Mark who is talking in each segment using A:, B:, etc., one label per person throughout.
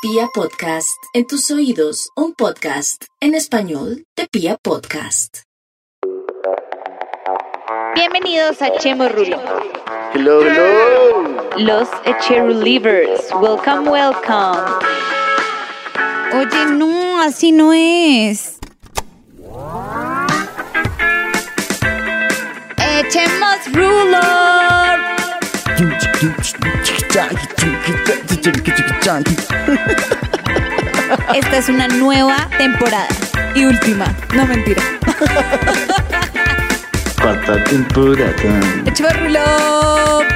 A: Pia Podcast, en tus oídos, un podcast en español de Pia Podcast.
B: Bienvenidos a Chemo Rulo,
C: Hello, hello.
B: los Echerulivers. Welcome, welcome.
D: Oye, no, así no es. Echemos ruler. Esta es una nueva temporada y última. No mentira.
C: Cuarta temporada.
D: Echemos ruler.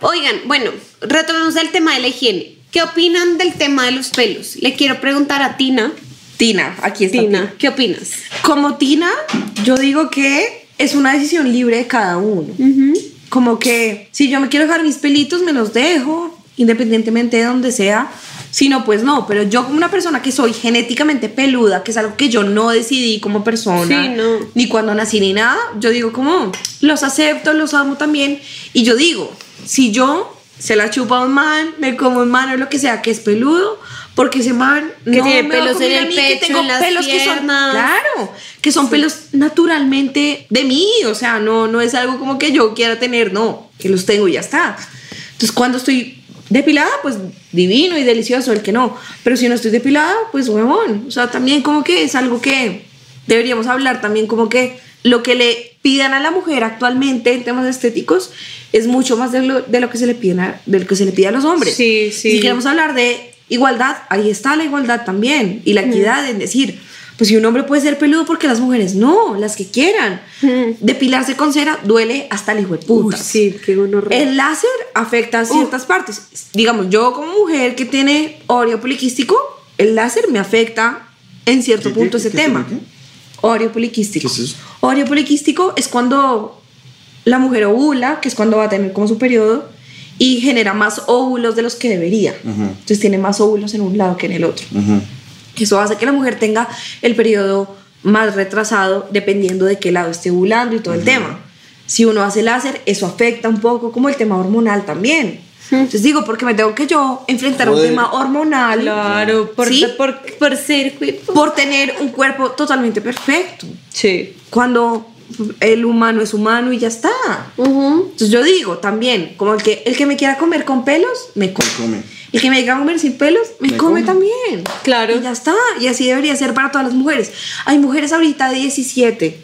E: Oigan, bueno, retomemos el tema de la higiene. ¿Qué opinan del tema de los pelos? Le quiero preguntar a Tina.
F: Tina, aquí está.
E: Tina, ¿qué opinas?
F: Como Tina, yo digo que es una decisión libre de cada uno. Como que si yo me quiero dejar mis pelitos, me los dejo, independientemente de donde sea. Si no, pues no. Pero yo como una persona que soy genéticamente peluda, que es algo que yo no decidí como persona,
E: Sí, no.
F: ni cuando nací ni nada, yo digo como, los acepto, los amo también. Y yo digo, si yo se la chupa a un man, me como un man o lo que sea que es peludo, porque ese man
E: Que tiene
F: me va a
E: pelos en
F: comer a
E: el
F: mí,
E: pecho,
F: que tengo
E: en las
F: pelos que son,
E: piernas.
F: claro, que son pelos naturalmente de mí, o sea, no, no es algo como que yo quiera tener, no, que los tengo y ya está. Entonces, cuando estoy depilada, pues divino y delicioso, el que no, pero si no estoy depilada, pues huevón, o sea, también como que es algo que deberíamos hablar, también como que lo que le pidan a la mujer actualmente en temas estéticos es mucho más de lo, de lo que se le piden a, de lo que se le pide a los hombres.
E: Sí, sí.
F: Si queremos hablar de igualdad, ahí está la igualdad también y la equidad en decir, pues si un hombre puede ser peludo porque las mujeres no, las que quieran. Depilarse con cera duele hasta el hijo de puta.
E: qué gonorrea.
F: El láser afecta a ciertas partes. Digamos, yo como mujer que tiene ovario poliquístico, el láser me afecta en cierto
C: ¿Qué, qué,
F: punto ese
C: qué, qué,
F: tema.
C: qué?
F: Ovario poliquístico.
C: ¿Qué es eso?
F: Ovario poliquístico es cuando la mujer ovula, que es cuando va a tener como su periodo, y genera más óvulos de los que debería.
C: Ujú.
F: Entonces tiene más óvulos en un lado que en el otro.
C: Ujú.
F: Eso hace que la mujer tenga el periodo más retrasado dependiendo de qué lado esté ovulando y todo el tema. Si uno hace láser, eso afecta un poco como el tema hormonal también. Entonces digo, porque me tengo que yo enfrentar a un
C: Joder.
F: tema hormonal.
B: Claro, por,
F: ¿sí? por,
B: por, por ser cuerpo.
F: tener un cuerpo totalmente perfecto.
B: Sí.
F: Cuando el humano es humano y ya está. Entonces yo digo también, como el que, el que me quiera comer con pelos, me come.
C: Me come.
F: El que me quiera comer sin pelos, me,
C: Me
F: come,
C: come.
F: también.
B: Claro.
F: Y ya está. Y así debería ser para todas las mujeres. Hay mujeres ahorita de 17,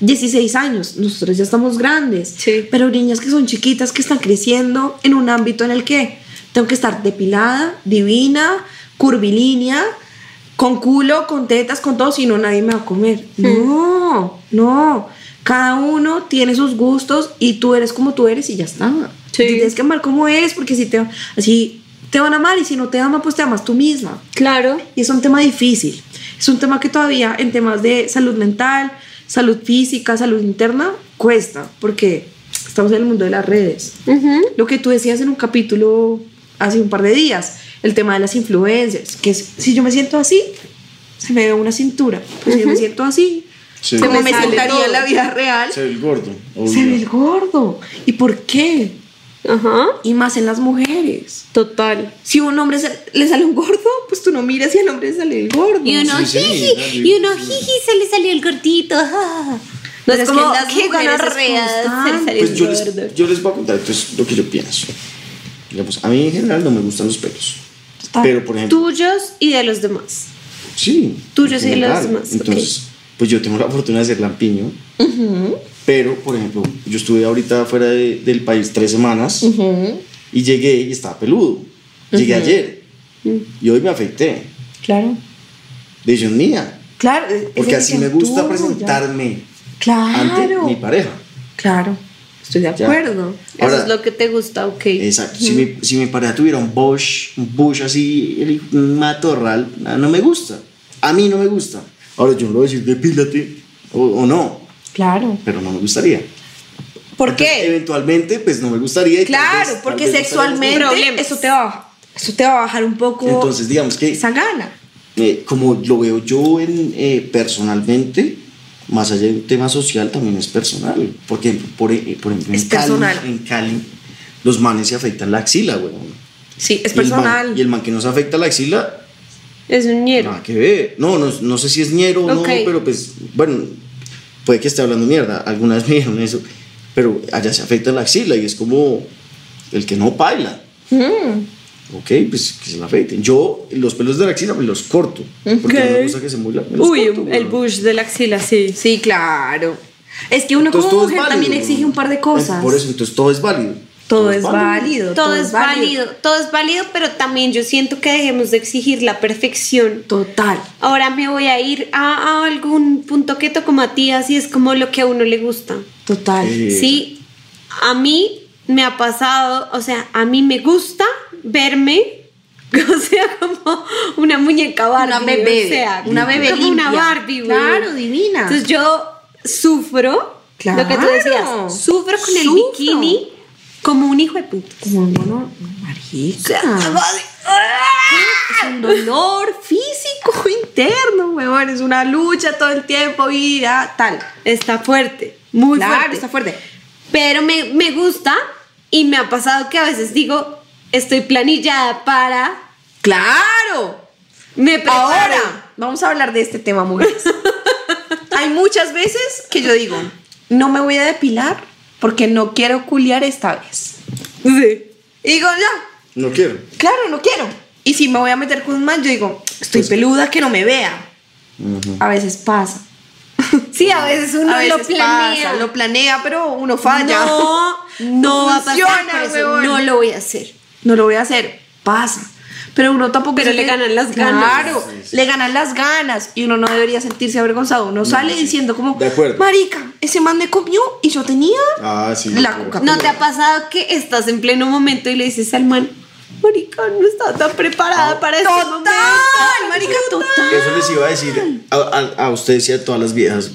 F: 16 años. Nosotros ya estamos grandes.
B: Sí.
F: Pero niñas que son chiquitas, que están creciendo en un ámbito en el que tengo que estar depilada, divina, curvilínea, con culo, con tetas, con todo, si no nadie me va a comer.
B: Mm.
F: No, no. Cada uno tiene sus gustos y tú eres como tú eres y ya está.
B: Sí.
F: Te Tienes que amar como eres porque si te, así te van a amar y si no te aman, pues te amas tú misma.
B: Claro.
F: Y es un tema difícil. Es un tema que todavía en temas de salud mental, salud física, salud interna, cuesta, porque estamos en el mundo de las redes. Lo que tú decías en un capítulo hace un par de días, el tema de las influencias, que es, si yo me siento así, se me ve una cintura. Pues Si yo me siento así,
C: Sí.
F: como me,
E: sale
F: sentaría
E: todo.
F: en la vida real,
C: Se ve el gordo. obvio.
F: se ve el gordo. ¿Y por qué?
E: Ajá.
F: Y más en las mujeres.
E: Total.
F: Si a un hombre se- le sale un gordo, pues tú no miras y al hombre le sale el gordo.
B: Y uno,
C: Sí, sí,
B: jiji,
C: dale.
B: y uno, jiji, se le salió el gordito. ah.
F: No,
B: es
F: es
B: como,
F: que las
B: qué
F: mujeres es
B: gonorrea, se le
F: constante.
B: salió
C: Pues
B: el
C: yo
B: gordo.
C: les, yo les voy a contar entonces lo que yo pienso. Digamos, a mí en general no me gustan los pelos.
F: Total.
C: Pero por ejemplo,
E: Tuyos y de los demás.
C: sí.
E: tuyos
C: en
E: y los
C: general.
E: demás, ok.
C: Entonces, pues yo tengo la fortuna de ser lampiño. Pero, por ejemplo, yo estuve ahorita fuera de- del país tres semanas y llegué y estaba peludo. Llegué ayer y hoy me afeité.
F: Claro.
C: Decisión mía.
F: Claro. es
C: Porque así
F: decisión
C: me gusta
F: tuya.
C: presentarme ante
F: Claro.
C: mi pareja.
F: Claro. Estoy de
C: Ya.
F: acuerdo.
C: Ahora,
E: Eso es lo que te gusta, ok.
C: Exacto. Si, mi, si mi pareja tuviera un Bosch, un Bush así, el- un matorral, ah, no me gusta. A mí no me gusta. Ahora yo no le voy a decir, depílate o, o no,
F: Claro.
C: pero no me gustaría.
F: ¿Por
C: Entonces,
F: qué?
C: Eventualmente, pues no me gustaría. y tal vez-
F: Claro,
C: tal
F: porque
C: vez gustaría
F: sexualmente
C: más.
E: Problemas.
F: eso te va, eso te va a bajar un poco
C: Entonces, digamos que
F: esa gana.
C: eh, como lo veo yo en, eh, personalmente, más allá de un tema social, también es personal. Porque, por, e- por ejemplo,
F: Es
C: en, Cali,
F: personal.
C: en Cali, los manes se afectan la axila, weón.
F: Sí, es
C: Y el man-
F: personal.
C: y el man que nos afecta la axila
E: Es un ñero.
C: Nada que ver. No, no, no sé si es ñero o
E: Ok.
C: no, pero pues, bueno, puede que esté hablando mierda. Algunas me dijeron eso. Pero allá se afecta la axila y es como el que no baila.
F: Mm.
C: Ok, pues que se la afecten. Yo los pelos de la axila me los corto. Porque no me gusta que se muela. me los
E: Uy,
C: corto,
E: el
C: weón.
E: bush de la axila, sí.
F: Sí, claro. Es que uno
C: Entonces,
F: como
C: todo es
F: mujer
C: válido,
F: también
C: weón.
F: exige un par de cosas.
C: Por eso, entonces todo es válido.
F: Todo es válido.
E: Todo es válido, todo es válido, pero también yo siento que dejemos de exigir la perfección.
F: Total.
E: Ahora me voy a ir a, a algún punto que tocó Matías y es como lo que a uno le gusta.
F: Total.
C: Eh,
E: Sí, a mí me ha pasado, o sea, a mí me gusta verme, o sea, como una muñeca Barbie.
F: Una bebé,
E: o sea,
F: una bebé
E: Como una
F: limpia.
E: Barbie, güey.
F: Claro, divina.
E: Entonces yo sufro, lo que tú
F: Claro.
E: decías, sufro con el
F: Sufro.
E: bikini como un hijo de puta.
F: Como no, no, marica. Es Ah. un dolor físico interno, weón. Es una lucha todo el tiempo, vida, tal.
E: Está fuerte, muy
F: claro,
E: fuerte.
F: está fuerte.
E: Pero me, me gusta y me ha pasado que a veces digo, estoy planillada para...
F: Claro.
E: Me preparo.
F: Ahora, vamos a hablar de este tema, mujeres. Hay muchas veces que yo digo, no me voy a depilar porque no quiero culiar esta vez.
E: Sí.
F: Y digo, ya,
C: No quiero.
F: claro, no quiero. Y si me voy a meter con un man, yo digo, estoy
E: Pues,
F: peluda, que no me vea.
C: Ujú.
F: A veces pasa.
E: Sí, a veces uno
F: a veces
E: lo planea.
F: pasa, lo planea, pero uno falla.
E: No, no va a pasar
F: Ah, funciona,
E: por eso.
F: huevón.
E: No lo voy a hacer.
F: no lo voy a hacer, pasa. Pero uno tampoco
E: Pero
F: se
E: le
F: tiene-
E: ganan las
F: Claro,
E: ganas.
C: Sí, sí.
F: le ganan las ganas y uno no debería sentirse avergonzado. Uno sale diciendo como,
C: De acuerdo.
F: marica, ese man me comió y yo tenía
C: Ah, sí.
F: la
C: claro.
F: coca.
E: ¿No te ha pasado que estás en pleno momento y le dices al man, marica, no estaba tan preparada para este momento?
F: Total, marica, total.
C: Eso les iba a decir a, a- a ustedes y a todas las viejas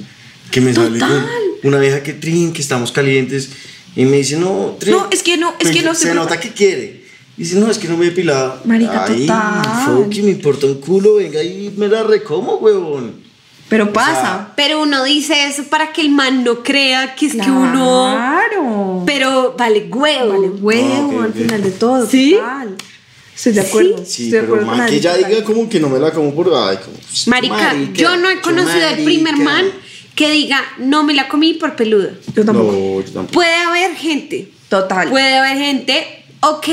C: que me sale con una vieja que trin, que estamos calientes y me dice, no, trin.
F: No, es que no, es que no
C: se
F: se-
C: nota que quiere. Y dice, no, es que no me he depilado.
F: Marica,
C: Ay,
F: total.
C: fuck, que me importa un culo, venga y me la recomo, huevón.
F: Pero
C: sea,
F: pasa.
E: Pero uno dice eso para que el man no crea que es que uno.
F: Claro.
E: Pero vale huevo.
F: Vale, huevo,
C: Ah, ok,
F: al
C: ok.
F: final de todo.
E: ¿Sí?
F: total. Estoy de acuerdo.
C: Sí,
F: estoy de
C: pero
F: acuerdo con
C: man, que
F: Adri,
C: ella
F: total.
C: diga como que no me la como por... Ay, como, pues,
E: Marica, yo no he conocido al primer
C: marica.
E: man que diga, no me la comí por peluda.
F: Yo tampoco.
C: No, yo tampoco.
E: Puede haber gente.
F: Total.
E: Puede haber gente, ok,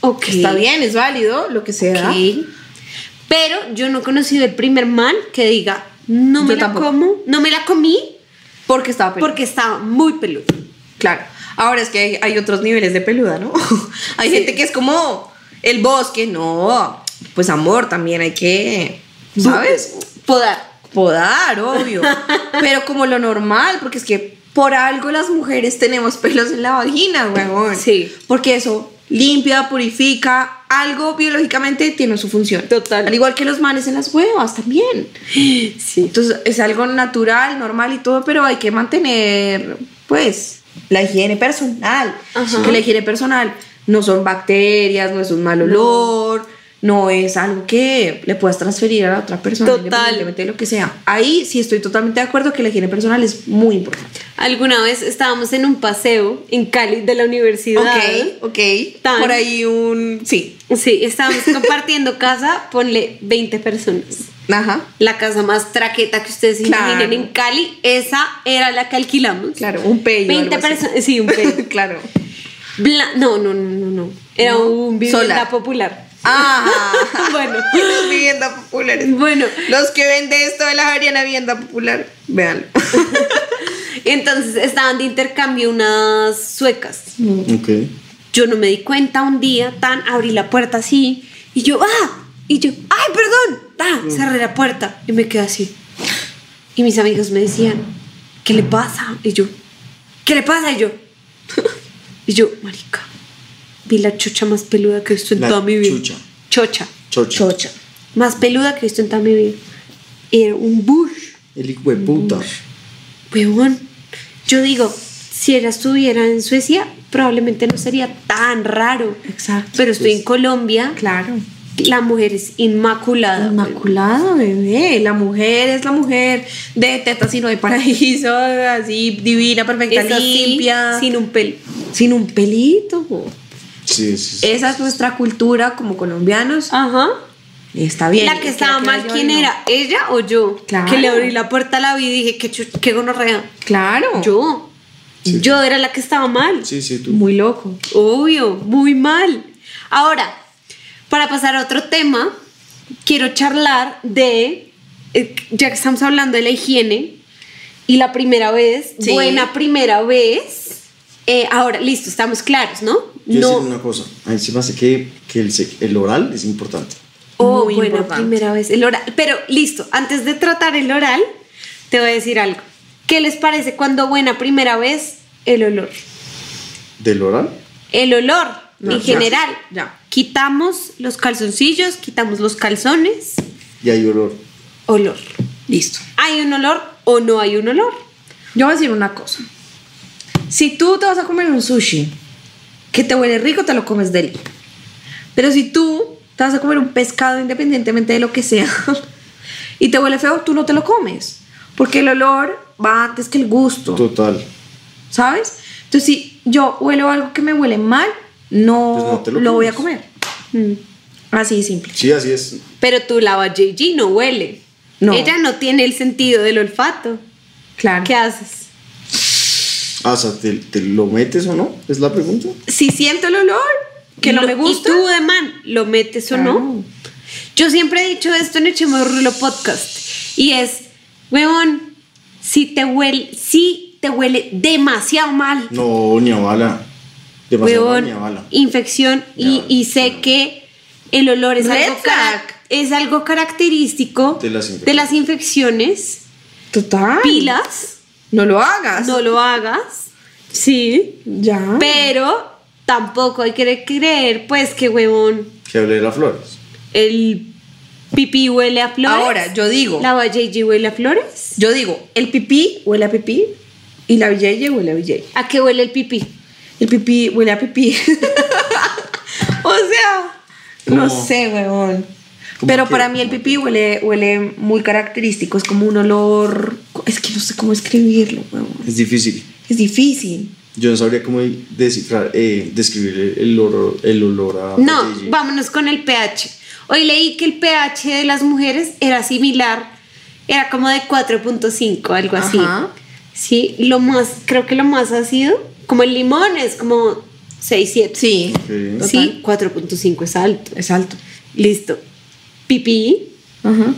E: ok.
F: Está bien, es válido, lo que sea.
E: ok. Pero yo no he conocido el primer man que diga, no me
F: Yo
E: la
F: tampoco.
E: como, no me la comí
F: Porque estaba peluda.
E: porque estaba muy peludo.
F: Claro. Ahora es que hay, hay otros niveles de peluda, ¿no? hay gente que es como el bosque, no. Pues amor, también hay que, ¿sabes?
E: Podar.
F: Podar, obvio. Pero como lo normal, porque es que por algo las mujeres tenemos pelos en la vagina, huevón.
E: Sí.
F: Porque eso limpia, purifica, algo biológicamente tiene su función.
E: Total.
F: Al igual que los manes en las huevas también.
E: Sí.
F: Entonces es algo natural, normal y todo, pero hay que mantener, pues, la higiene personal.
E: Ajá.
F: Que la higiene personal no son bacterias, no es un mal olor, no es algo que le puedas transferir a la otra persona,
E: Total.
F: independientemente de lo que sea. Ahí sí estoy totalmente de acuerdo que la higiene personal es muy importante.
E: Alguna vez estábamos en un paseo en Cali de la universidad.
F: ok.
E: Tan.
F: Por ahí un... Sí.
E: Sí, estábamos compartiendo casa, ponle 20 personas.
F: Ajá.
E: La casa más traqueta que ustedes se
F: Claro.
E: imaginen en Cali, esa era la que alquilamos.
F: Claro, un pello.
E: 20
F: algo así.
E: personas, sí, un pello.
F: claro.
E: Bla- no, no, no, no, no. Era un vivienda
F: Solar.
E: popular.
F: Ah,
E: Bueno.
F: Los vivienda populares.
E: Bueno,
F: Los que venden esto de la Javeriana Vivienda Popular, véanlo.
E: entonces estaban de intercambio unas suecas.
C: Ok.
E: Yo no me di cuenta un día, tan abrí la puerta así y yo, ah, y yo, ay, perdón,
C: Mm.
E: tan, cerré la puerta y me quedé así. Y mis amigos me decían, ¿qué le pasa? Y yo, ¿qué le pasa? Y yo, y yo, marica, vi la chucha más peluda que he visto en
C: La
E: toda mi vida.
C: chucha.
E: Chocha.
C: Chocha.
E: Más peluda que he visto en toda mi vida. Era un bush.
C: El hijo de puta.
F: Mm.
E: Huevón, yo digo, si era estuviera en Suecia, probablemente no sería tan raro.
F: Exacto.
E: Pues, Pero estoy en Colombia
F: Claro.
E: La mujer es inmaculada.
F: Inmaculada, bebé. La mujer es la mujer de tetas y no de paraíso, así divina, perfecta,
E: Es así,
F: limpia, sin,
E: sin un pelo.
F: un pelito.
C: Sí, sí, sí.
F: Esa es nuestra cultura como colombianos.
E: Ajá.
F: Y Ah. está bien.
E: la que estaba
F: la
E: mal,
F: yo
E: ¿quién
F: no.
E: era? ¿Ella o yo?
F: Claro.
E: Que le abrí la puerta a la vida y dije, qué, chu- qué gonorrea.
F: Claro.
E: Yo.
C: Sí.
E: Yo era la que estaba mal.
C: Sí, sí, tú.
F: Muy loco.
E: Obvio, muy mal. Ahora, para pasar a otro tema, quiero charlar de, eh, ya que estamos hablando de la higiene, y la primera vez,
F: Sí.
E: buena primera vez. eh, ahora, listo, estamos claros, ¿no?
C: Quiero
E: no.
C: decir una cosa. A mí se me hace que, que el, sec- el oral es importante.
E: Oh,
F: Muy
E: buena
F: importante.
E: primera vez. El oral. Pero listo, antes de tratar el oral, te voy a decir algo. ¿Qué les parece cuando buena primera vez el olor?
C: ¿Del oral?
E: El olor
F: No,
E: en
F: ya,
E: general.
F: ya.
E: Quitamos los calzoncillos, quitamos los calzones.
C: Y hay olor.
E: Olor.
F: Listo.
E: ¿Hay un olor o no hay un olor?
F: Yo voy a decir una cosa. Si tú te vas a comer un sushi que te huele rico, te lo comes deli. Pero si tú te vas a comer un pescado, independientemente de lo que sea, y te huele feo, tú no te lo comes. Porque el olor va antes que el gusto,
C: Total.
F: ¿sabes? Entonces, si yo huelo algo que me huele mal, no,
C: Pues no te
F: lo,
C: lo
F: voy a
C: comes.
F: comer. Mm. Así de simple.
C: Sí, así es.
E: Pero tu lava JG no huele.
F: No.
E: Ella no tiene el sentido del olfato.
F: Claro.
E: ¿Qué haces?
C: Ah, o sea, ¿te, te lo metes o no? Es la pregunta.
F: Si siento el olor que no
E: Lo-
F: me gusta,
E: ¿Y tú de man lo metes o no? Yo siempre he dicho esto en Echemos Rulo Podcast. Y es, weón, si te huele, si te huele demasiado mal,
C: No, ni a bala. Demasiado mal,
E: weón,
C: ni a bala.
E: infección. Y,
C: Ya,
E: y sé
C: no.
E: que el olor es
F: Red
E: algo, cara-
F: flag.
E: es algo característico
C: De las infecciones.
E: de las infecciones.
F: total.
E: Pilas,
F: No lo hagas.
E: no lo hagas. Sí.
F: Ya.
E: Pero tampoco hay que creer, pues, que huevón,
C: Que hablé de las flores.
E: el pipí huele a flores.
F: Ahora, yo digo,
E: ¿La YG huele a flores?
F: yo digo, el pipí huele a pipí y la villella huele a villella.
E: ¿A qué huele el pipí?
F: El pipí huele a pipí. o sea, no
C: Como-
F: sé, weón.
C: como
F: Pero
C: que-
F: para mí el
C: como-
F: pipí huele, huele muy característico, es como un olor, es que no sé cómo escribirlo, weón.
C: Es difícil.
F: Es difícil.
C: Yo no sabría cómo descifrar, eh, describir el olor, el olor a.
E: No,
C: botella.
E: vámonos con el pH. Hoy leí que el pH de las mujeres era similar, era como de 4.5, algo así.
F: Ajá.
E: Sí, lo más, creo que lo más ha sido, como el limón es como 6, 7.
F: Sí,
C: Ok.
E: sí 4.5 es alto.
F: es alto.
E: Listo. Pipí,
F: Ajá.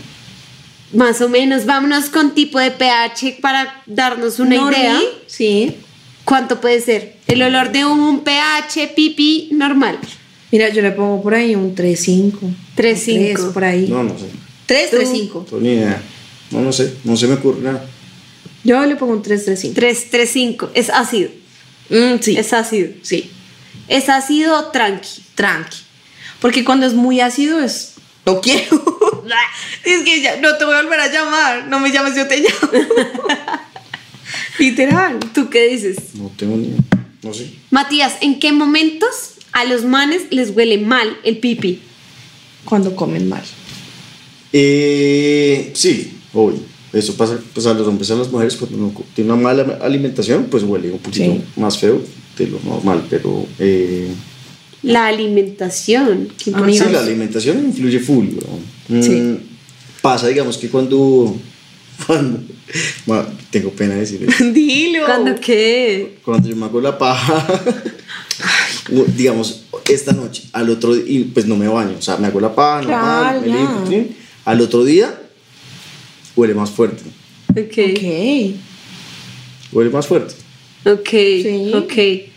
E: más o menos, vámonos con tipo de pH para darnos una
F: Normie,
E: idea.
F: Sí.
E: ¿Cuánto puede ser? El olor de un pH pipí normal.
F: Mira, yo le pongo por ahí un 3-5.
E: 3.5.
F: Por ahí.
C: No, no sé.
F: 3,
E: Tú.
F: 3, 5.
C: No, ni idea. No, no sé. No se me ocurre nada.
F: Yo le pongo un 3, 3, 5.
E: 335. Es ácido.
F: Mm, sí.
E: Es ácido.
F: sí.
E: Es ácido tranqui.
F: Tranqui. Porque cuando es muy ácido es. No quiero. es que ya no te voy a volver a llamar. No me llames, yo te llamo. Literal.
E: ¿Tú qué dices?
C: No tengo ni idea. No sé.
E: Matías, ¿en qué momentos a los manes les huele mal el pipí?
F: Cuando comen mal.
C: Eh, sí, hoy. Eso pasa pues, a los hombres y a las mujeres cuando uno tiene una mala alimentación, pues huele un poquito
F: Sí.
C: más feo de lo normal, pero eh,
E: La alimentación. Qué
F: Amigos.
C: sí,
E: importante.
C: la alimentación influye full. ¿no? Mm,
F: Sí.
C: Pasa, digamos, que cuando... cuando ma, tengo pena de decir eso.
F: Dilo.
E: ¿Cuándo qué?
C: Cuando yo me hago la paja, u- digamos, esta noche, al otro día, y pues no me baño, o sea, me hago la paja, no
F: Claro,
C: me limpio,
F: ya.
C: tin, al otro día huele más fuerte,
E: Ok.
F: Ok.
C: huele más fuerte.
E: Ok.
F: Sí.
E: Ok.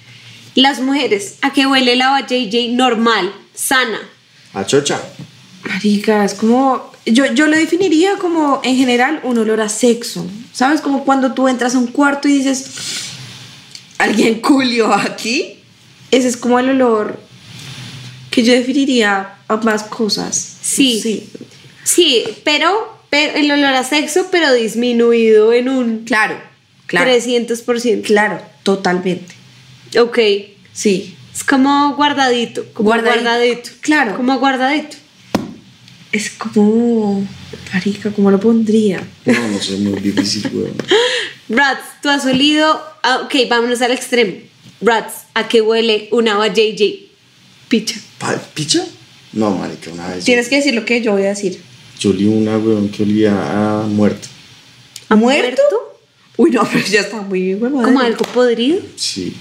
E: Las mujeres, ¿a qué huele la JJ normal, sana?
C: A chocha.
F: Marica, es como. Yo, yo lo definiría como en general un olor a sexo. ¿Sabes? Como cuando tú entras a un cuarto y dices. ¿Alguien culió aquí? Ese es como el olor que yo definiría a más cosas.
E: Sí.
F: Sí.
E: Sí, pero, pero el olor a sexo, pero disminuido en un
F: Claro, claro.
E: 300%.
F: Claro, totalmente.
E: Ok.
F: Sí.
E: Es como guardadito. Como
F: Guardadito.
E: guardadito.
F: Claro.
E: Como guardadito.
F: Es como. Marica, ¿cómo lo pondría?
C: No, no sé, muy difícil, weón.
E: Rats, tú has olido. ah, ok, vámonos al extremo. Rats, ¿a qué huele una agua JJ? Picha.
C: Pa- ¿Picha? No, marica, una vez. yo-
F: Tienes que decir lo que yo voy a decir.
C: Yo olí una, weón, que olía a muerto.
E: ¿A
F: ¿Muerto? Uy, no, pero ya está muy bien, huevada.
E: ¿Como algo podrido?
C: Sí.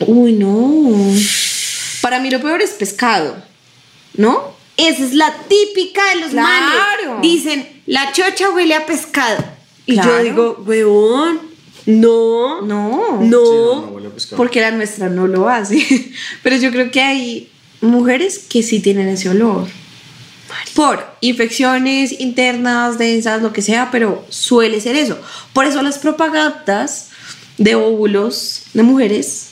F: Uy, no. Para mí lo peor es pescado, ¿no?
E: Esa es la típica de los
F: Claro.
E: manes. Dicen, la chocha huele a pescado. Y yo
F: Claro.
E: digo, weón, no, no,
F: No.
C: Sí, no, no huele a pescado.
F: Porque la nuestra no lo hace. Pero yo creo que hay mujeres que sí tienen ese olor. Por infecciones internas, densas, lo que sea, pero suele ser eso. Por eso las propagandas de óvulos de mujeres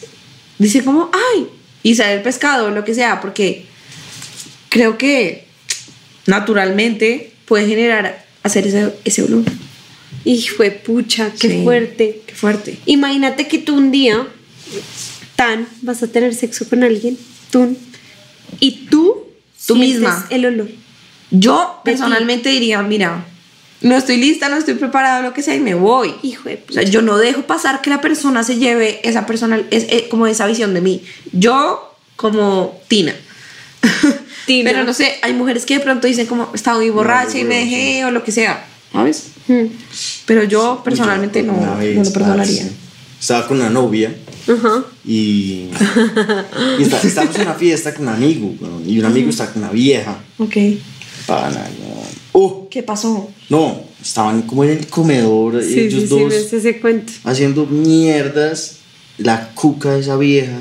F: dicen como, ay, y sale el pescado, lo que sea, porque creo que naturalmente puede generar hacer ese, ese olor.
E: Y fue pucha, qué
F: Sí.
E: fuerte.
F: Qué fuerte.
E: Imagínate que tú un día, tan, vas a tener sexo con alguien, tú, y tú,
F: Tú
E: sientes
F: misma.
E: el olor.
F: Yo
E: De ti.
F: personalmente diría, mira, no estoy lista, no estoy preparada, lo que sea, y me voy.
E: Hijo de
F: O sea, yo no dejo pasar que la persona se lleve esa persona, es, eh, como esa visión de mí. Yo como Tina.
E: Tina.
F: Pero no sé, hay mujeres que de pronto dicen como, estaba muy borracha y me dejé o lo que sea, ¿sabes?
E: Hmm.
F: Pero yo personalmente
C: Uy, yo
F: no,
C: me acuerdo
F: no
C: una vez,
F: lo perdonaría.
C: parce. Estaba con una novia.
E: Ajá.
C: Y, y está- estábamos en una fiesta con un amigo, weón, y un amigo está con una vieja.
F: Ok.
C: Pana, no. Uh,
F: ¿Qué pasó?
C: no, estaban como en el comedor,
E: Sí,
C: ellos
E: sí, sí,
C: dos
E: me hace ese cuento.
C: haciendo mierdas. La cuca de esa vieja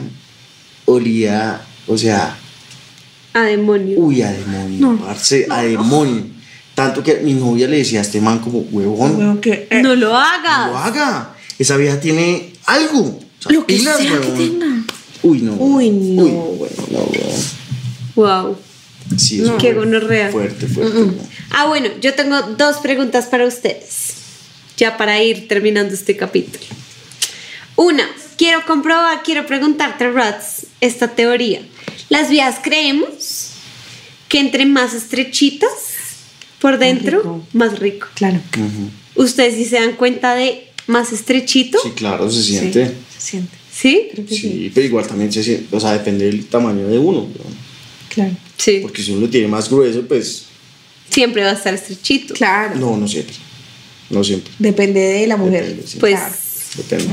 C: olía, o sea,
E: A demonio.
C: uy, a demonio, parce, a demonio. Tanto que mi novia le decía a este man como, huevón,
F: Bueno, que, eh,
E: no lo
C: lo
E: hagas.
C: haga. Esa vieja tiene algo. O sea,
F: Lo que
C: pilas,
F: sea que
C: huevón.
F: tenga.
C: Uy, no.
F: Uy, no,
C: Uy, no, huevón.
E: Wow.
C: Sí, eso
E: Qué
C: fue
E: gonorrea.
C: Fuerte, fuerte. ¿no?
E: Ah, bueno, yo tengo dos preguntas para ustedes. Ya para ir terminando este capítulo. Una, quiero comprobar, quiero preguntarte, Rats, esta teoría. Las vías creemos que entre más estrechitas por dentro,
F: rico.
E: más rico.
F: Claro.
E: Ustedes si se dan cuenta de más estrechito,
C: Sí, claro, se siente.
F: Sí, se siente.
E: ¿sí?
C: Sí, pero igual también se siente. O sea, depende del tamaño de uno. ¿no?
F: Claro.
E: Sí.
C: Porque si uno lo tiene más grueso, pues.
E: Siempre va a estar estrechito.
F: Claro.
C: No, no siempre. No siempre.
F: Depende de la mujer.
C: Depende, sí.
E: Pues
F: Claro.
C: Depende.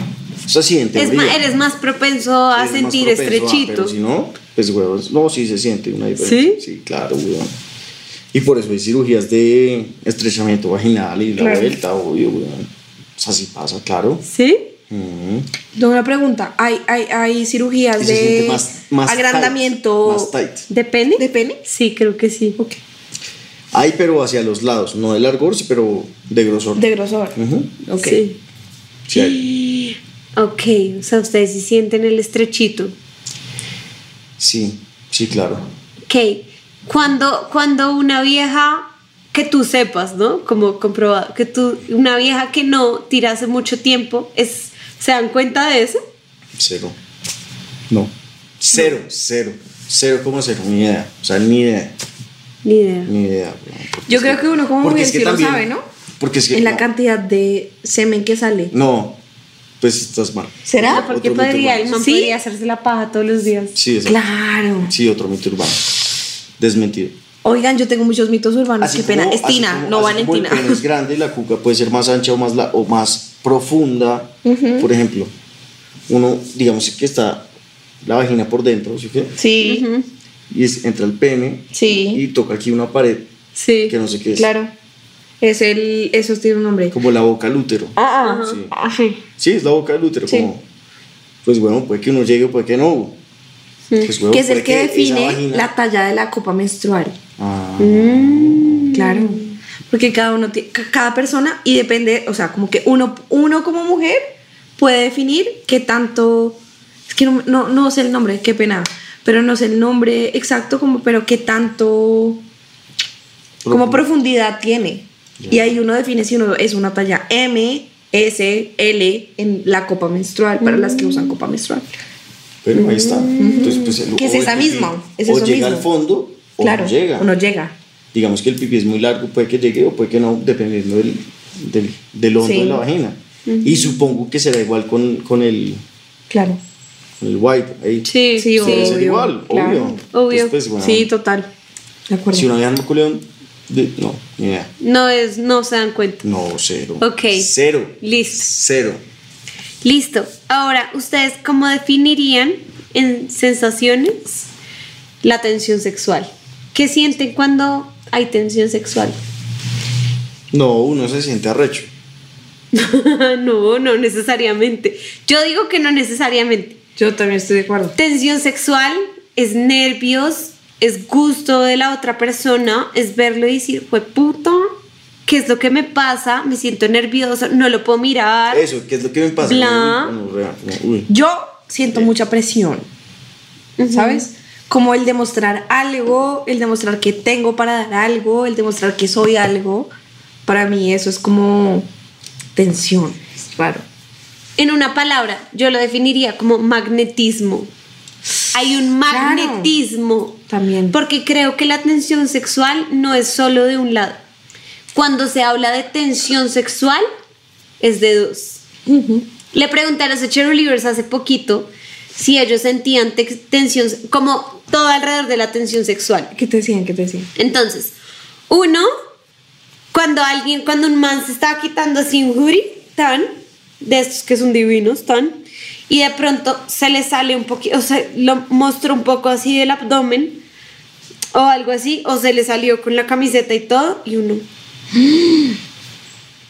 C: O sea, sí, en
E: es
C: teoría.
E: más- eres más propenso a
C: Eres más
E: sentir
C: propenso, ah,
E: estrechito.
C: pero si no, pues huevos. No, sí se siente una diferencia.
E: ¿Sí?
C: Sí, claro, huevón. Y por eso hay cirugías de estrechamiento vaginal y la
F: Claro.
C: vuelta, obvio, huevón. O sea, sí pasa, claro.
E: ¿Sí?
C: Mm.
F: Tengo una pregunta. Hay, hay, hay cirugías
C: Y se
F: de
C: siente más- más
F: agrandamiento
C: tight, más tight.
E: ¿De pene?
F: de pene.
E: Sí, creo que sí.
F: Ok.
C: Hay, pero hacia los lados. No de largor, sí, pero de grosor.
F: De grosor.
C: Ujú.
F: Ok.
E: Sí.
C: Sí, hay.
E: Ok, o sea, ustedes sí sienten el estrechito.
C: sí, sí, claro.
E: Ok, cuando, cuando una vieja que tú sepas, ¿no? Como comprobado, que tú, una vieja que no tira hace mucho tiempo, es, ¿se dan cuenta de eso?
C: Cero. No. Cero, cero. Cero como cero. Ni idea. O sea, ni idea.
E: Ni idea.
C: Ni idea. weón. Porque
F: Yo
C: es
F: creo que uno como
C: porque
F: mujer
C: es que
F: sí lo
C: también-
F: sabe, ¿no?
C: Porque es que.
F: En la
C: no,
F: cantidad de semen que sale.
C: No. Pues estás mal.
F: ¿Será?
C: Otro
E: Porque
C: mito
E: podría,
C: urbano.
E: el man
F: ¿Sí?
E: podría hacerse la paja todos los días.
C: Sí, exacto.
F: Claro.
C: Sí, otro mito urbano. Desmentido.
F: Oigan, yo tengo muchos mitos urbanos. Qué pena.
C: como- así
F: Estina,
C: como-
F: no
C: así
F: van en
C: como el
F: Tina.
C: pene es grande, la cuca puede ser más ancha o más, la- o más profunda. Por ejemplo, uno, digamos que está la vagina por dentro, ¿sí que?
F: Sí,
C: Y es- entra el pene
F: sí,
C: y toca aquí una pared
E: Sí.
C: que no sé qué es.
F: claro. Es el, eso tiene un nombre.
C: Como la boca del útero.
F: Ah, ah,
C: Sí.
F: ah, sí.
C: Sí, es la boca del útero.
F: Sí. Mm.
C: Como, pues bueno, puede que uno llegue, puede que no. Pues, bueno,
F: que es el
C: puede
F: que
C: esa
F: define
C: vagina-
F: la Mm. talla de la copa menstrual.
C: Ah,
F: Claro. Mm. Porque cada uno tie- ca- cada persona y depende, o sea, como que uno uno como mujer puede definir qué tanto es que no, no, no sé el nombre, qué pena, pero no sé el nombre exacto como pero qué tanto como
C: pues,
F: profundidad tiene. Y ahí uno define si uno es una talla M, S, L en la copa menstrual para las que usan copa menstrual.
C: Pero ahí está. Entonces, pues, el-
F: Mm. Que es
C: o
F: esa
C: el
F: misma,
C: pipí
F: es
C: o
F: eso
C: llega
F: mismo.
C: al fondo o
F: claro,
C: no llega.
F: uno llega.
C: digamos que el pipí es muy largo, puede que llegue o puede que no, dependiendo del, del, del hondo
F: Sí.
C: de la vagina. Y supongo que será igual con, con el,
F: Claro.
C: con el white. ahí.
E: Sí, sí,
C: Debe ser
F: obvio,
C: igual,
F: claro,
C: obvio.
E: Obvio.
C: Entonces, pues, bueno,
E: Sí, total.
F: De acuerdo.
C: Si una vez arma culeón, de- no, ni idea.
E: No es, no se dan cuenta.
C: No, cero.
E: Ok.
C: Cero.
E: Listo.
C: Cero.
E: Listo. Ahora, ¿ustedes cómo definirían en sensaciones la tensión sexual? ¿Qué sienten cuando hay tensión sexual?
C: No, uno se siente arrecho.
E: no, no necesariamente. Yo digo que no necesariamente.
F: Yo también estoy de acuerdo.
E: Tensión sexual es nervios, es gusto de la otra persona, es verlo y decir, fue puto, ¿qué es lo que me pasa? Me siento nervioso, no lo puedo mirar.
C: Eso, ¿qué es lo que me pasa?
E: Ah. Bla.
C: Uy, gonorrea, no, uy.
F: Yo siento mucha presión, ¿sabes? Como el demostrar algo, el demostrar que tengo para dar algo, el demostrar que soy algo. Para mí eso es como tensión. Es raro.
E: En una palabra, yo lo definiría como magnetismo. Hay un
F: Claro.
E: magnetismo.
F: También.
E: Porque creo que la tensión sexual no es solo de un lado. Cuando se habla de tensión sexual, es de dos. Le pregunté a los cheerleaders hace poquito si ellos sentían tex- tensión, como todo alrededor de la tensión sexual.
F: ¿Qué te decían? ¿Qué te decían?
E: Entonces, uno, cuando alguien, cuando un man se estaba quitando así un hoodie, tan, de estos que son divinos, tan, y de pronto se le sale un poquito, o sea, lo mostró un poco así del abdomen, o algo así, o se le salió con la camiseta y todo, y uno.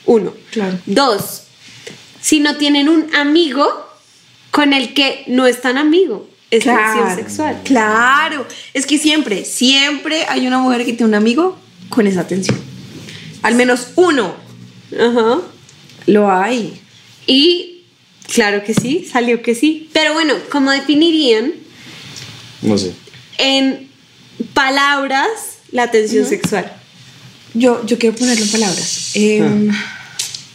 E: Uno.
F: Claro.
E: Dos, si no tienen un amigo con el que no es tan amigo, es tensión sexual.
F: Claro. Es que siempre, siempre hay una mujer que tiene un amigo con esa tensión. Al menos uno
E: Ajá.
F: lo hay.
E: Y claro que sí, salió que sí. Pero bueno, como definirían
C: No sé.
E: en palabras la tensión sexual?
F: Yo, yo quiero ponerlo en palabras. Em,
C: Ah.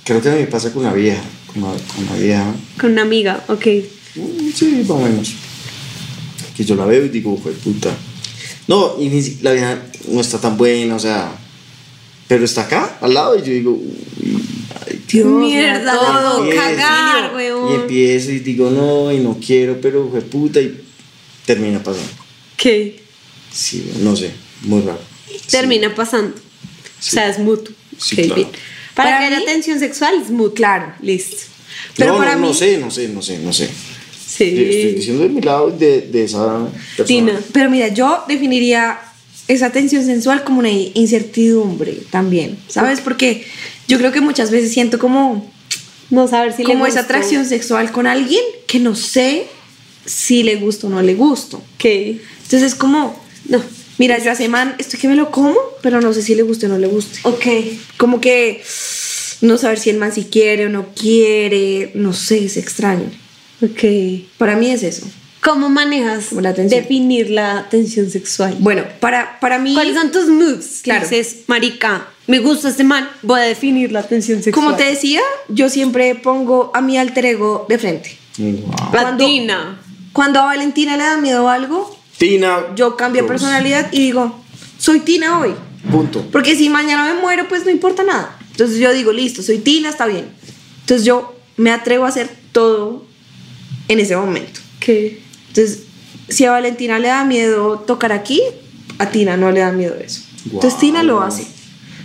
C: Creo que a mí me pasa con una vieja. Con una, con una vieja.
E: Con una amiga, ok.
C: Mm, Sí, más o menos. Que yo la veo y digo, fue puta. No, y ni si- la vieja no está tan buena, o sea. Pero está acá, al lado, y yo digo, uy, ay,
E: Mierda, la puedo
C: empiezo,
E: cagar,
C: Y
E: weón.
C: empiezo y digo, no, y no quiero, pero fue puta, y termina pasando.
E: ¿Qué?
C: Sí, no sé, muy raro.
E: Termina pasando. O sea, es mutuo.
C: Sí,
E: Ok,
C: claro.
E: bien. Para,
F: Para
E: que
F: mí-
E: la tensión sexual es mutua. Claro. Listo.
F: pero
C: no,
F: para
C: no, no
F: mí-
C: sé, no sé, no sé, no sé. Yo Estoy
E: Sí.
C: diciendo de mi lado y de, de esa persona.
E: Tina.
F: Pero mira, yo definiría esa tensión sensual como una incertidumbre también, ¿sabes? Porque yo creo que muchas veces siento como,
E: No saber si le
F: como esa
E: gustó.
F: atracción sexual con alguien que no sé si le gusto o no le gusto.
E: ¿Qué?
F: Entonces es como, no, mira, yo hace man, esto que me lo como, pero no sé si le guste o no le guste.
E: Ok.
F: Como que no saber si el man si quiere o no quiere, no sé, es extraño.
E: Ok.
F: Para mí es eso.
E: ¿Cómo manejas
F: Como la tensión.
E: definir la tensión sexual?
F: Bueno, para, para mí...
E: ¿Cuáles son tus moves?
F: Claro.
E: Dices, marica, me gusta este man, voy a definir la tensión sexual.
F: Como te decía, yo siempre pongo a mi alter ego de frente.
C: Wow.
F: cuando-
E: Latina.
F: Cuando a Valentina le da miedo algo,
C: Tina.
F: yo cambio de
C: dos,
F: personalidad y digo, soy Tina hoy.
C: Punto.
F: Porque si mañana me muero, pues no importa nada. Entonces yo digo, listo, soy Tina, está bien. Entonces yo me atrevo a hacer todo en ese momento.
E: ¿Qué?
F: Entonces, si a Valentina le da miedo tocar aquí, a Tina no le da miedo eso. Entonces
C: Guau.
F: Tina lo hace.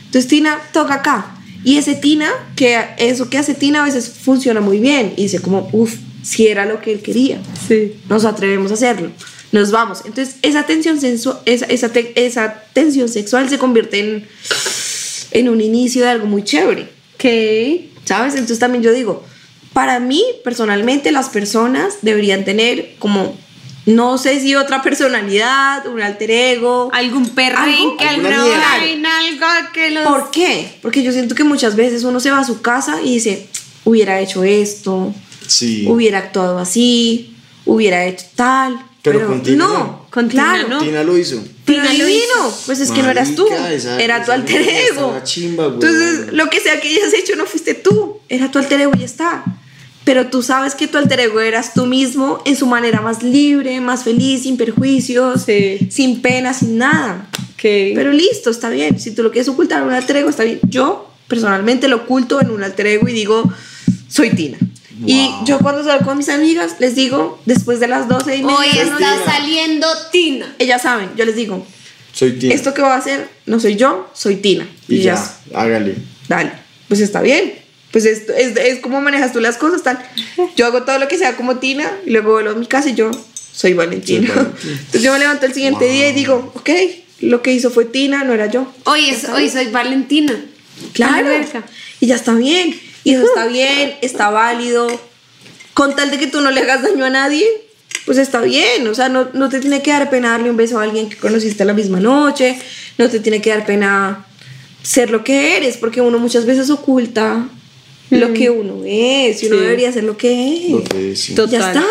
F: Entonces Tina toca acá. Y ese Tina, que eso que hace Tina a veces funciona muy bien. Y dice como, uff, si era lo que él quería.
E: Sí.
F: Nos atrevemos a hacerlo. Nos vamos. Entonces esa tensión, sensu- esa, esa, te- esa tensión sexual se convierte en, en un inicio de algo muy chévere.
E: ¿Qué?
F: ¿Sabes? Entonces también yo digo, para mí personalmente las personas deberían tener como, no sé si otra personalidad, un alter ego.
E: ¿Algún perrenque,
C: ¿Alguna
E: alguna
C: mierda?
E: vaina, algo que los...
F: ¿Por qué? Porque yo siento que muchas veces uno se va a su casa y dice, hubiera hecho esto,
C: Sí.
F: hubiera actuado así, hubiera hecho tal.
C: Pero
F: Pero,
C: con Tina no.
F: no,
E: Con Tina
F: claro,
E: no.
C: Tina lo hizo.
F: Pero
E: Tina lo
F: divino, pues es que no eras tú,
C: Marica, esa-
F: era tu
C: esa
F: alter
C: niña
F: ego.
C: estaba chimba, güey.
F: Entonces, lo que sea que hayas hecho no fuiste tú, era tu alter ego y ya está. Pero tú sabes que tu alter ego eras tú mismo en su manera más libre, más feliz, sin perjuicios,
E: Sí.
F: sin pena, sin nada. Pero listo, está bien. Si tú lo quieres ocultar en un alter ego, está bien. Yo personalmente lo oculto en un alter ego y digo, soy Tina. Y
C: Wow.
F: yo cuando salgo con mis amigas, les digo, después de las 12 y media,
B: Hoy
F: de la noche,
B: está saliendo Tina.
F: ellas saben, yo les digo,
C: Soy Tina.
F: esto que voy a hacer no soy yo, soy Tina.
C: y ya,
F: ellas,
C: hágale.
F: dale, pues está bien. Pues esto es, es como manejas tú las cosas, tal. Yo hago todo lo que sea como Tina y luego vuelvo a mi casa y yo soy Valentina.
C: Soy Valentina.
F: Entonces yo me levanto el siguiente día y digo, ok, lo que hizo fue Tina, no era yo.
E: Hoy, es, hoy soy Valentina.
F: Claro.
E: Alberca.
F: Y ya está bien. Y eso está bien, está válido. Con tal de que tú no le hagas daño a nadie, pues está bien. O sea, no, no te tiene que dar pena darle un beso a alguien que conociste la misma noche. No te tiene que dar pena ser lo que eres, porque uno muchas veces oculta lo que uno es. Y uno
B: Sí.
F: debería ser lo que es.
C: Lo que es, sí.
B: Total.
F: Ya está.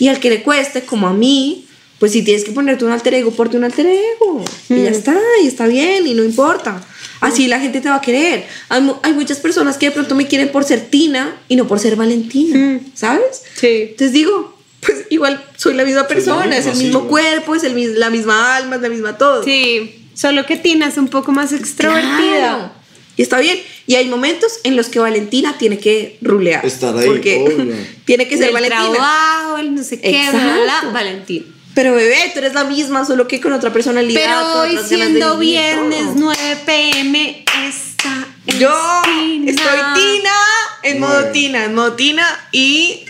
F: Y al que le cueste, como a mí, pues si tienes que ponerte un alter ego, ponte un alter ego. Y ya está, y está bien, y no importa. Así la gente te va a querer. Hay, mu- hay muchas personas que de pronto me quieren por ser Tina y no por ser Valentina, ¿sabes?
B: Sí.
F: Entonces digo, pues igual soy la misma persona, es
C: misma,
F: el
C: sí,
F: mismo
C: güey.
F: cuerpo, es el, mis- la misma alma, es la misma todo.
E: Sí, solo que Tina es un poco más
F: Claro.
E: extrovertida.
F: Y está bien. Y hay momentos en los que Valentina tiene que rulear.
C: Estar ahí, obvio.
F: Porque tiene que ser
E: el
F: Valentina.
E: trabajo, el no sé qué, bla, bla, bla,
F: Exacto.
E: Valentina.
F: Pero bebé, tú eres la misma, solo que con otra personalidad.
E: Pero
F: con
E: hoy
F: otras ganas de
E: siendo
F: vivir,
E: viernes
F: todo.
E: 9 pm está en
F: Yo
E: Tina.
F: estoy Tina, en modo Tina, en modo Tina y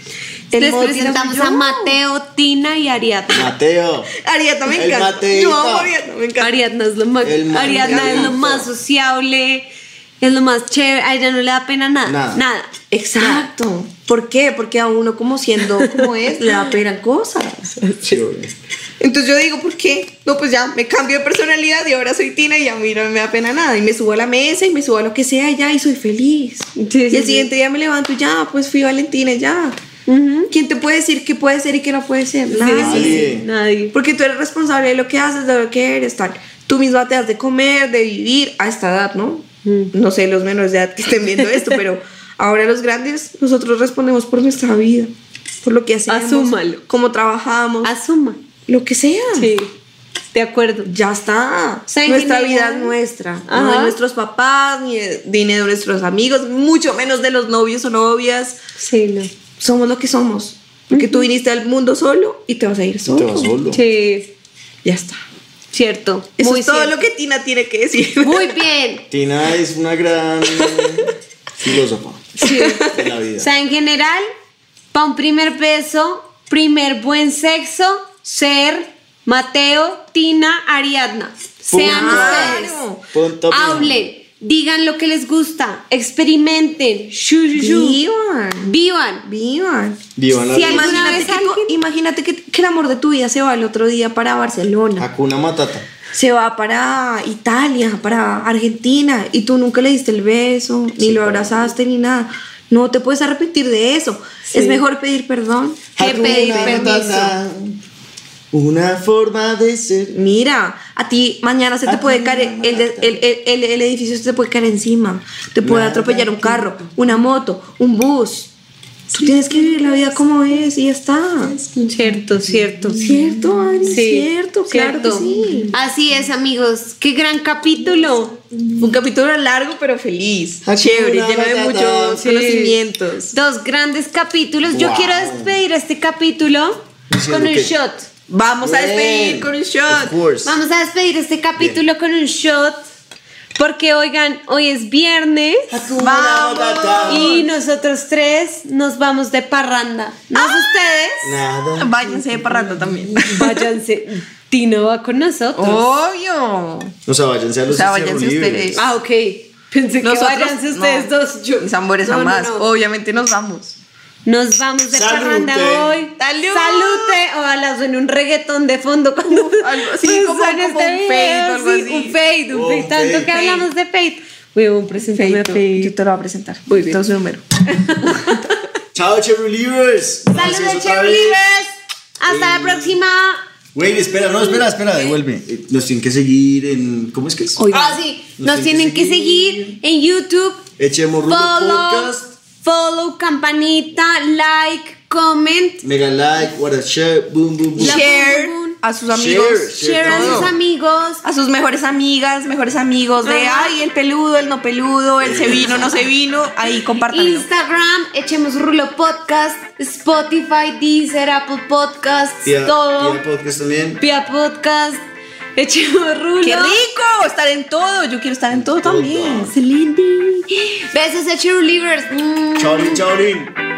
F: en
E: Les
F: modo Tina
E: presentamos
F: soy yo.
E: a Mateo, Tina y Ariadna.
C: Mateo.
F: Ariadna me
C: El
F: encanta.
C: Mateito.
F: Yo amo a Ariadna, me encanta.
E: Ariadna es lo más,
C: El más
E: Ariadna es lo
C: lindo.
E: más sociable, es lo más chévere, a ella no le da pena nada,
C: Nada.
E: nada.
F: Exacto. ¿Por qué? Porque a uno como siendo como es, le da pena cosas.
C: Sí, obvio.
F: Entonces yo digo, ¿por qué? No, pues ya me cambio de personalidad y ahora soy Tina y ya mira, no me da pena nada. Y me subo a la mesa y me subo a lo que sea y ya y soy feliz. y
E: sí,
F: el siguiente día me levanto y ya, pues fui Valentina y ya. ¿Quién te puede decir qué puede ser y qué no puede ser? Nadie.
C: Nadie.
E: Nadie.
F: Porque tú eres responsable de lo que haces, de lo que eres, tal. Tú misma te has de comer, de vivir a esta edad, ¿no?
E: Mm.
F: No sé los menores de edad que estén viendo esto, pero ahora los grandes, nosotros respondemos por nuestra vida, por lo que hacemos,
E: Asúmalo.
F: cómo trabajamos,
E: Asuma.
F: lo que sea.
E: Sí, de acuerdo.
F: Ya está.
E: sea, en
F: nuestra vida
E: general-
F: es nuestra. No de
E: Ajá.
F: nuestros papás, ni de, ni de nuestros amigos, mucho menos de los novios o novias.
E: Sí, no.
F: Somos lo que somos. Porque tú viniste al mundo solo y te vas a ir
C: Te
F: solo.
C: vas solo.
E: Sí,
F: Ya está.
E: cierto.
F: Eso
E: Muy
F: es todo
E: cierto.
F: lo que Tina tiene que decir.
E: Muy bien.
C: Tina es una gran filósofa
E: Sí.
C: de la
E: O
C: vida.
E: sea, en general, para un primer beso, primer buen sexo, ser Mateo, Tina, Ariadna. Sean
C: Claro.
E: ustedes.
C: Ponte a pensar.
E: Hablen, digan lo que les gusta, experimenten, shu, shu, shu.
F: Vivan,
E: vivan.
F: vivan.
C: Vivan la
E: Si
C: vida.
E: alguna
F: Imagínate,
E: vez
F: que,
E: alguien-
F: imagínate que- que el amor de tu vida se va el otro día para Barcelona.
C: Hakuna Matata.
F: se va para Italia, para Argentina, y tú nunca le diste el beso, ni lo abrazaste, ni nada. No te puedes arrepentir de eso. Es mejor pedir perdón.
E: Que pedir
C: Hakuna
E: permiso.
C: Matata. Una forma de ser.
F: Mira, a ti mañana se
C: A
F: te
C: ti
F: puede caer,
C: mañana
F: el, de-
C: te-
F: el- el- el- el edificio se te puede caer encima, te puede
C: Nada
F: atropellar un
C: que-
F: carro, una moto, un bus. Tú tienes que vivir la vida como es y ya está.
E: Cierto, cierto.
F: ¿Cierto, Ari?
E: Sí,
F: ¿Cierto? Claro que sí.
E: Así es, amigos. Qué gran capítulo.
F: Un capítulo largo pero feliz,
E: Ah,
C: Hakuna
F: chévere, lleno de
C: Matata.
F: muchos
E: Sí.
F: conocimientos.
E: Dos grandes capítulos. Yo
C: Wow.
E: quiero despedir este capítulo
C: Diciendo
E: con un
C: que-
E: shot.
F: Vamos a
C: Bien.
F: despedir con un
C: Of
F: shot.
C: course.
E: Vamos a despedir este capítulo con un shot. Porque oigan, hoy es viernes.
C: Hakuna Matata.
E: Y nosotros tres nos vamos de parranda. ¿No es ustedes?
C: Nada.
F: Váyanse de parranda también.
E: Váyanse. Tino va con nosotros.
F: Oh. Obvio.
C: No se váyanse a los
F: O sea,
C: encierros
F: váyanse
C: libres.
F: ustedes.
E: Ah, ok. Pensé
F: Nosotros-
E: que váyanse ustedes
F: no.
E: dos. Yo-
F: Mis amores
E: No, no,
F: jamás.
E: no.
F: Obviamente nos vamos.
E: Nos vamos de
C: Salute.
E: parranda hoy.
F: Salud.
E: Salute. Ojalá suene un reggaetón de fondo cuando
F: algo así, como-
E: suene este
F: como un fade o algo
E: sí,
F: así.
E: Un fade, un
C: Oh,
E: fade.
C: un
E: Tanto
C: fade.
E: que hablamos de fade. Huevón, preséntame a
F: Yo
E: fade.
F: te lo voy a presentar.
E: Muy bien.
F: Todo su número.
C: Chao, Cherry Livers.
E: Saludos,
C: Gracias otra
E: Cherry
C: vez.
E: Rivers. Hasta la próxima.
C: Güey, espera, no, espera, espera, devuelve. Eh, Nos tienen que seguir en. ¿Cómo es que es?
E: Ah, sí. Nos tienen que seguir en YouTube.
C: Echemos rulo
E: Follow,
C: podcast.
E: follow, campanita, like, comment.
C: Mega like, what a share, boom, boom, boom.
E: La
F: Share.
E: bum, bum, bum.
F: a sus amigos.
C: share
E: Share a
C: todo.
E: sus amigos.
F: A sus mejores amigas, mejores amigos de,
E: Ajá.
F: ay, el peludo, el no peludo, el se vino, no se vino. Ahí compártanlo.
E: Instagram, echemos Rulo Podcast, Spotify, Deezer, Apple Podcasts,
C: Pia-
E: todo.
C: Pia Podcast también.
E: Pia Podcast, echemos Rulo.
F: ¡Qué rico! Estar en todo. Yo quiero estar en todo también.
E: Excelente. Besos a cheerleaders. Mm.
C: Chaurín, chaurín.